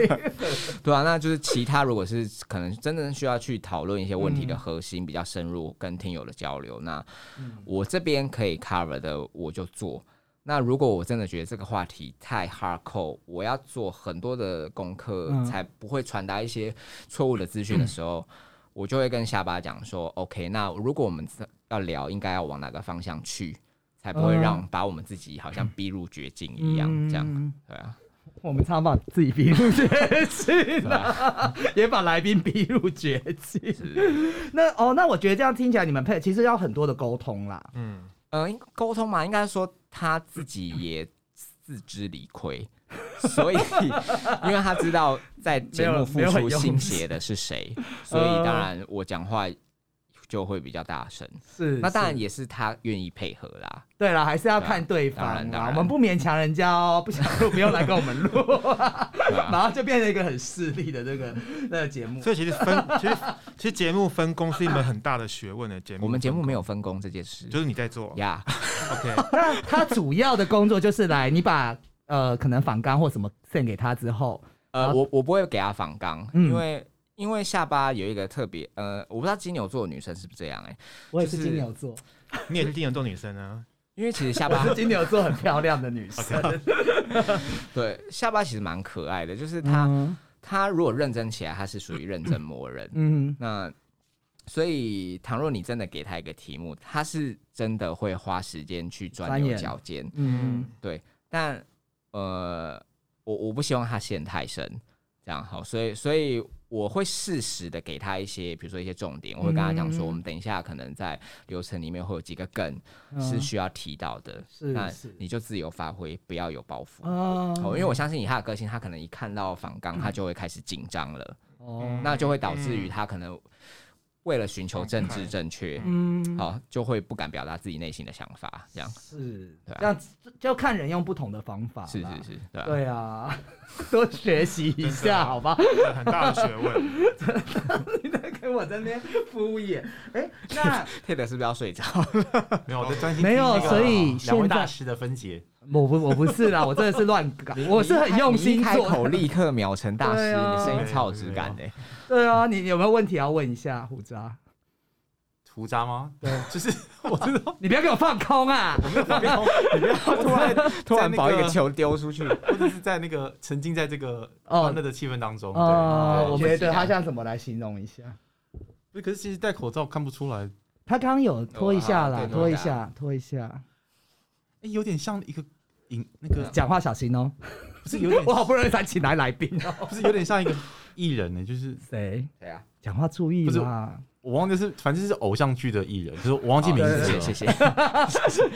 Speaker 1: 对啊，那就是其他如果是可能真正需要去讨论一些问题的核心、比较深入跟听友的交流，那
Speaker 2: 嗯
Speaker 1: 我这边可以 cover 的我就做。那如果我真的觉得这个话题太 hardcore，我要做很多的功课
Speaker 2: 嗯，
Speaker 1: 才不会传达一些错误的资讯的时候，我就会跟下巴讲说，OK，那如果我们要聊，应该要往哪个方向去，才不会
Speaker 2: 嗯
Speaker 1: 让把我们自己好像逼入绝境一样，这样
Speaker 2: 嗯
Speaker 1: 对啊。
Speaker 2: 我们常常把自己逼入绝境
Speaker 1: 对
Speaker 2: 啊，
Speaker 1: 啊
Speaker 2: 也把来宾逼入绝境。那哦，那我觉得这样听起来，你们配其实要很多的沟通啦。
Speaker 3: 嗯，
Speaker 1: 呃，应沟通嘛，应该说他自己也自知理亏， 所以因为他知道在节目付
Speaker 2: 没有没有
Speaker 1: 出
Speaker 2: 很用呃
Speaker 1: 心血的是谁，所以当然我讲话就会比较大声。
Speaker 2: 是，
Speaker 1: 那当然
Speaker 2: 是
Speaker 1: 也是他愿意配合 啦，
Speaker 2: 对了，还是要看对
Speaker 1: 当
Speaker 2: 方
Speaker 1: 然当
Speaker 2: 啦。
Speaker 1: 然
Speaker 2: 我们不勉强人家哦，不想录不用来跟我们录，
Speaker 1: 对 啊
Speaker 2: 然后就变成一个很势利的这个那个节 目。
Speaker 3: 嗯所以其实分，其实其实节目分工是一门很大的学问的节目。
Speaker 1: 我们节目没
Speaker 3: 有，
Speaker 1: 有分工这件事
Speaker 3: 就是你在做。
Speaker 1: 呀。
Speaker 3: OK，
Speaker 2: 那他主要的工作就是来，你把呃可能仿纲或什么献给他之后，
Speaker 1: 呃，我我不会给他反刚，
Speaker 2: 嗯
Speaker 1: 因为因为下巴有一个特别，呃，我不知道金牛座的女生是不是这样哎、
Speaker 2: 我也是
Speaker 1: 就是
Speaker 2: 金牛座，
Speaker 3: 你也是金牛座女 生啊。
Speaker 1: 因为其实下
Speaker 2: 我
Speaker 1: 巴
Speaker 2: 是金牛座很漂亮的女生，
Speaker 1: 对下巴其实蛮可爱的，就是他。
Speaker 2: 嗯。
Speaker 1: 他如果认真起来，他是属于认真磨人
Speaker 2: 嗯
Speaker 1: 那所以，倘若你真的给他一个题目，他是真的会花时间去钻
Speaker 2: 钻
Speaker 1: 牛
Speaker 2: 研
Speaker 1: 角尖。
Speaker 2: 嗯，
Speaker 1: 但呃，我我不希望他陷太深，这样好。所以，所以我会适时的给他一些，比如说一些重点，我会跟他讲
Speaker 2: 嗯
Speaker 1: 说，我们等一下可能在流程里面会有几个梗
Speaker 2: 嗯
Speaker 1: 是需要提到的，
Speaker 2: 是
Speaker 1: 那
Speaker 2: 是
Speaker 1: 你就自由发挥，不要有包袱。
Speaker 2: 哦嗯
Speaker 1: 哦，因为我相信以他的个性，他可能一看到仿纲，他就会开始紧张了。
Speaker 2: 哦
Speaker 1: 那就会导致于他可能为了寻求政治正确，
Speaker 2: 嗯
Speaker 1: 好就会不敢表达自己内心的想法，这样
Speaker 2: 是
Speaker 1: 对啊
Speaker 2: 这样子就看人用不同的方法啦，
Speaker 1: 是是是，对啊
Speaker 2: 对啊， 多学习一
Speaker 3: 真的
Speaker 2: 下，
Speaker 3: 啊
Speaker 2: 好吧？
Speaker 3: 很大的 学问。
Speaker 2: 你在跟我这边敷衍，哎，那
Speaker 1: ，Ted 是不是要睡着？
Speaker 6: 没有，我在专心
Speaker 2: 没有
Speaker 6: 听那个
Speaker 2: 所以
Speaker 6: 两
Speaker 2: 现
Speaker 6: 位
Speaker 2: 在
Speaker 6: 大师的分解，
Speaker 2: 我不我不是啦，我真的是乱 搞，我是很用
Speaker 1: 你
Speaker 2: 心
Speaker 1: 一开
Speaker 2: 做
Speaker 1: 口立刻秒成大师，
Speaker 2: 对啊
Speaker 1: 你声音超有质感的。
Speaker 2: 对啊，你你有没有问题要问一下胡渣？
Speaker 6: 胡渣吗？
Speaker 2: 对，
Speaker 6: 就是我知道，
Speaker 2: 你不要给我放空啊！
Speaker 6: 我没有你不要 突然
Speaker 1: 突然把一个
Speaker 6: 在那
Speaker 1: 球丢出去，
Speaker 6: 或者是在那个沉浸在这个
Speaker 2: 哦
Speaker 6: 欢乐的气氛当中。
Speaker 2: 哦，
Speaker 6: 对
Speaker 2: 我
Speaker 6: 对
Speaker 2: 觉得他像怎么来形容一下？
Speaker 6: 不是可是其实戴口罩看不出来，
Speaker 2: 他刚刚有拖一下
Speaker 1: 哦
Speaker 2: 啦，
Speaker 1: 啊对
Speaker 2: 拖一下，拖一下，
Speaker 6: 哎，有点像一个影，那个
Speaker 2: 讲话小心哦！
Speaker 6: 不是有 点
Speaker 2: 我好不容易才请来来宾哦。
Speaker 6: 不是有点像一个艺人呢，就是
Speaker 2: 谁？
Speaker 1: 对啊，
Speaker 2: 讲话注意
Speaker 6: 不是
Speaker 2: 啦！
Speaker 6: 我忘记是反正是偶像剧的艺人，就是我忘记名字
Speaker 1: 好哦谢
Speaker 6: 了。
Speaker 1: 谢谢谢。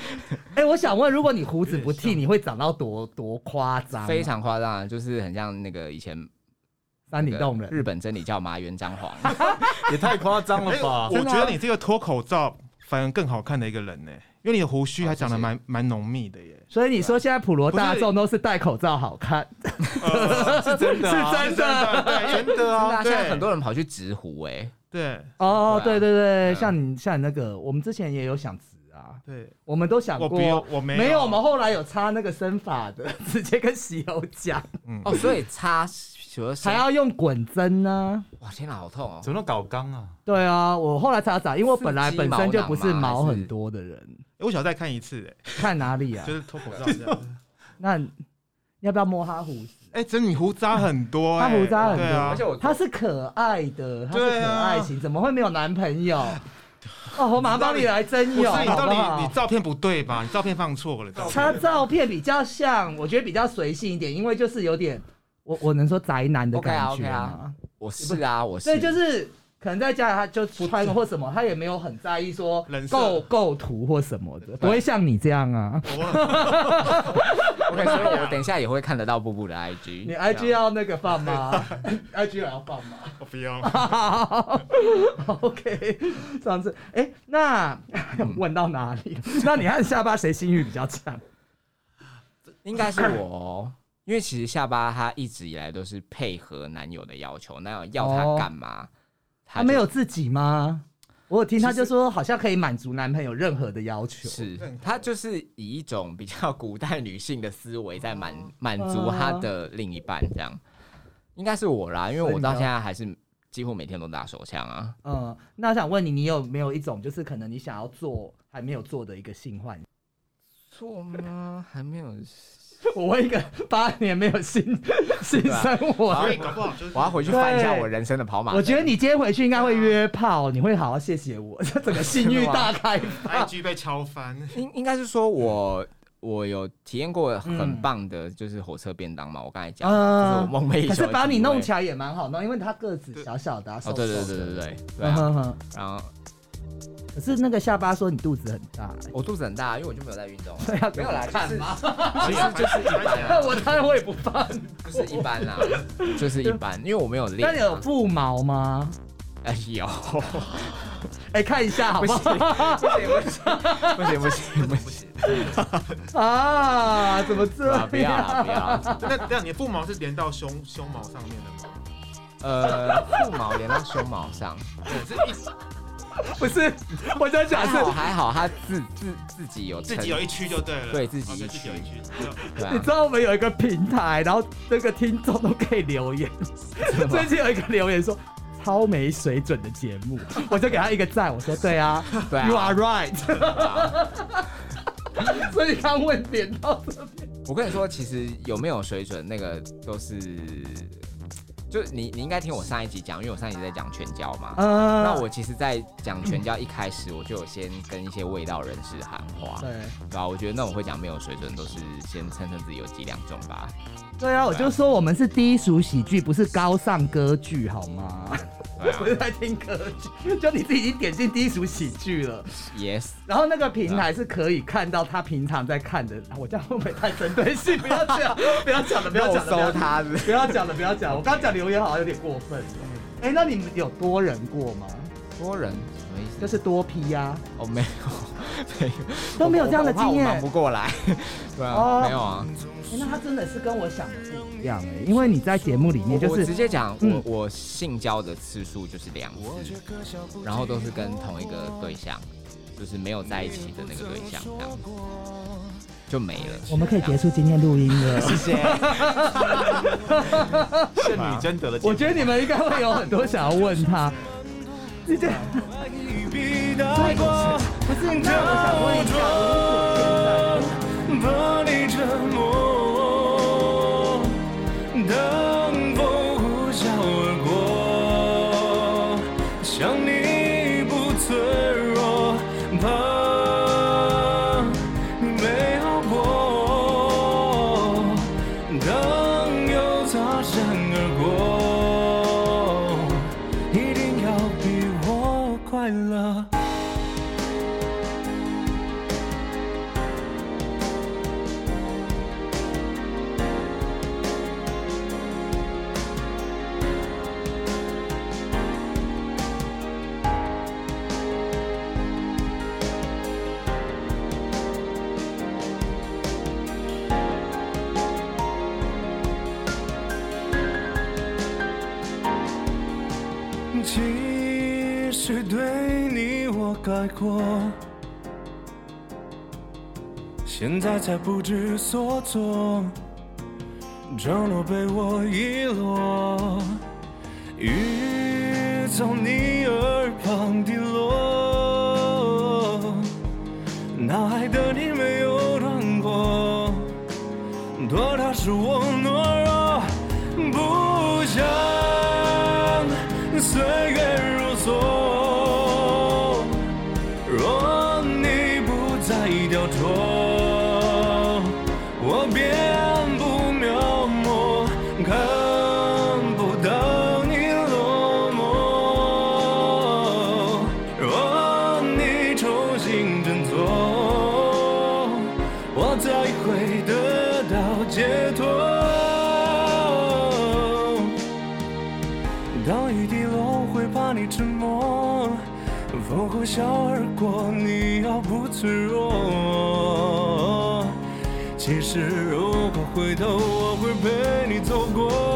Speaker 2: 哎，我想问，如果你胡子不剃，你会长到多多夸张啊？
Speaker 1: 非常夸张啊，就是很像那个以前
Speaker 2: 山顶洞
Speaker 1: 那个
Speaker 2: 人。
Speaker 1: 日本真理教麻原彰 晃，
Speaker 6: 也太夸张了吧！
Speaker 3: 哎我觉得你这个脱口罩反而更好看的一个人呢，因为你的胡
Speaker 1: 啊
Speaker 3: 须还长得蛮蛮浓密的耶。
Speaker 2: 所以你说现在普罗大众都是戴口罩好看，
Speaker 6: 是真的啊，
Speaker 2: 是真的
Speaker 6: 真的
Speaker 1: 真的
Speaker 6: 啊，
Speaker 1: 啊，现在
Speaker 3: 对
Speaker 1: 很多人跑去直胡哎，
Speaker 3: 对
Speaker 2: 哦。
Speaker 1: 对
Speaker 2: 对
Speaker 1: 啊
Speaker 2: 对对，
Speaker 1: 嗯
Speaker 2: 像你像你那个，我们之前也有想植啊，
Speaker 3: 对，
Speaker 2: 我们都想
Speaker 3: 我
Speaker 2: 过
Speaker 3: 不。用，我没
Speaker 2: 没有，我们后来有插那个生发的， 直接跟洗头讲，
Speaker 3: 嗯
Speaker 1: 哦，所以擦，比如
Speaker 2: 还要用滚针呢、
Speaker 1: 哇，天哪，好痛哦，
Speaker 6: 怎么能搞刚啊？
Speaker 2: 对啊，我后来查找，因为我
Speaker 1: 刺
Speaker 2: 本来
Speaker 1: 激
Speaker 2: 本
Speaker 1: 毛
Speaker 2: 身就
Speaker 1: 囊
Speaker 2: 不是
Speaker 1: 吗
Speaker 2: 毛
Speaker 1: 还
Speaker 2: 很
Speaker 1: 是
Speaker 2: 多的人，
Speaker 3: 我想再看一次哎，
Speaker 2: 看哪里啊
Speaker 3: 就？是脱口 罩这样。
Speaker 2: 那要不要摸他胡子？
Speaker 3: 哎，真的你胡渣很多
Speaker 2: 他
Speaker 3: 哎，
Speaker 2: 胡渣很多
Speaker 3: 对啊
Speaker 1: 而且，我
Speaker 2: 他是可爱的，他是
Speaker 3: 对
Speaker 2: 可
Speaker 3: 啊
Speaker 2: 爱型，怎么会没有男朋友？哦，我马上帮你来征
Speaker 3: 不
Speaker 2: 友，
Speaker 3: 是你
Speaker 2: 好
Speaker 3: 到
Speaker 2: 不
Speaker 3: 底
Speaker 2: 好
Speaker 3: 你？照片不对吧？你照片放错了，照片
Speaker 2: 他照片比较像，我觉得比较随性一点，因为就是有点，我我能说宅男的
Speaker 1: OK
Speaker 2: 感
Speaker 1: 啊
Speaker 2: 觉
Speaker 1: OK 啊
Speaker 2: 吗
Speaker 1: 我是啊，我是，
Speaker 2: 所以就是可能在家里他就穿个或什么，他也没有很在意说
Speaker 3: 人设
Speaker 2: 构构图或什么的，不会像你这样啊。
Speaker 1: OK，所以我等一下也会看得到布布的 IG。
Speaker 2: 你 IG 要那个放吗？IG 也要放吗？
Speaker 3: 我不用。
Speaker 2: 好 OK，上次哎、那问到哪里了？那你和下巴谁性欲比较强？
Speaker 1: 应该是我、哦，因为其实下巴他一直以来都是配合男友的要求，男友要他干嘛，
Speaker 2: 他
Speaker 1: 就
Speaker 2: 没有自己吗？我有听他就说，好像可以满足男朋友任何的要求。
Speaker 1: 是她就是以一种比较古代女性的思维在满满足她的另一半，这样应该是我啦，因为我到现在还是几乎每天都打手枪啊。
Speaker 2: 嗯，那我想问你，你有没有一种就是可能你想要做还没有做的一个性幻想？
Speaker 1: 做吗？还没有。
Speaker 2: 我问一个八年没有性性生活
Speaker 1: 我
Speaker 3: 哎
Speaker 2: 的，
Speaker 1: 要我要回去翻一下我人生的跑马灯。
Speaker 2: 我觉得你今天回去应该会约炮，你会好好谢谢我，这整个性欲大开发。
Speaker 3: IG 被敲翻，
Speaker 1: 应应该是说
Speaker 2: 嗯
Speaker 1: 我我有体验过很棒的，就是火车便当嘛，我刚才讲，就是我梦寐以求的体
Speaker 2: 啊可是
Speaker 1: 位。
Speaker 2: 把你弄起来也蛮好弄，因为他个子小小的啊，
Speaker 1: 哦，
Speaker 2: 瘦
Speaker 1: 对对
Speaker 2: 瘦
Speaker 1: 对
Speaker 2: 的
Speaker 1: 对对对
Speaker 2: 嗯
Speaker 1: 啊！
Speaker 2: 哼哼
Speaker 1: 然后
Speaker 2: 可是那个下巴说你肚子很大，
Speaker 1: 我肚子很大，因为我就没有在运动啊，
Speaker 2: 对啊，
Speaker 1: 没有啦，就是
Speaker 3: 其实就是一般
Speaker 2: 我当然我也不放。
Speaker 1: 就是一般啦，就是一般，因为我没有练
Speaker 2: 那
Speaker 1: 啊。
Speaker 2: 你有不 毛吗？
Speaker 1: 哎 有，
Speaker 2: 哎、看一下好
Speaker 1: 不
Speaker 2: 不
Speaker 1: 行
Speaker 2: 好？
Speaker 1: 不行不行不行，
Speaker 2: 啊，怎么这
Speaker 1: 啊
Speaker 2: 样？
Speaker 1: 不要啦不要啦，
Speaker 3: 那那你的腹毛是连到胸胸毛上面的吗？
Speaker 1: 呃，腹毛连到胸毛上，
Speaker 3: 是一
Speaker 2: 不是，我在
Speaker 1: 还
Speaker 2: 假
Speaker 1: 好
Speaker 2: 设，
Speaker 1: 还好，他自自自己有
Speaker 3: 自己有一区就对了，
Speaker 1: 对自己
Speaker 3: 哦
Speaker 1: 一区
Speaker 3: 对自己有一区，
Speaker 1: 对
Speaker 2: 你
Speaker 1: 啊
Speaker 2: 知道我们有一个平台，然后那个听众都可以留言。最近有一个留言说。超没水准的节目，我就给他一个赞，我说对啊
Speaker 1: 对啊
Speaker 2: y o u are right。所以他问点到这边，
Speaker 1: 我跟你说，其实有没有水准，那个都是，就你你应该听我上一集讲，因为我上一集在讲全交嘛。
Speaker 2: 嗯
Speaker 1: 那我其实，在讲全交一开始，我就有先跟一些味道人士喊话，
Speaker 2: 对
Speaker 1: 对吧、我觉得那种会讲没有水准，都是先称称自己有几两重吧。
Speaker 2: 对啊，我就说我们是低俗喜剧，不是高尚歌剧，好吗？
Speaker 1: 对啊
Speaker 2: 不是在听歌剧，就你自己已经点进低俗喜剧了。
Speaker 1: ，yes，
Speaker 2: 然后那个平台是可以看到他平常在看的，我这样会不会太针对性？不要 讲，不要讲了，不要讲了，
Speaker 1: 肉搜他是
Speaker 2: 不要讲了，不要讲了。我刚讲留言好像有点过分。
Speaker 1: 嗯
Speaker 2: 哎、那你们有多人过吗？
Speaker 1: 多人什么意思？
Speaker 2: 就是多批呀、
Speaker 1: 哦，没有，没有，
Speaker 2: 都没有这样的
Speaker 1: 我怕我
Speaker 2: 经验
Speaker 1: 忙不过来， 对啊，
Speaker 2: 哦
Speaker 1: 没有啊。
Speaker 2: 诶那他真的是跟我想的不一样哎、因为你在节目里面就
Speaker 1: 我我直
Speaker 2: 是
Speaker 1: 接讲，我
Speaker 2: 嗯
Speaker 1: 我性交的次数就是两次，然后都是跟同一个对象，就是没有在一起的那个对象，这样子就没了。
Speaker 2: 我们可以结束今天录音 了。
Speaker 6: 谢谢。圣女贞德的节目，
Speaker 2: 我觉得你们应该会有很多想要问他。你这不是？那我想问一下，如果现在
Speaker 7: 把你折磨，当风呼啸而过，想你不脆弱，怕你没好过。当又擦身而过，一定要比我快乐。其实对你我改过，现在才不知所措，角落被我遗落，雨从你耳旁滴落，脑海的你没有乱过。多大是我懦弱，不想岁月如梭。若你不再雕琢，我便不描摹，看不到你落寞。若你重新振作，我才会得到解脱。当雨滴落，会把你沉默。风呼啸而过，你要不脆弱。其实如果回头，我会陪你走过。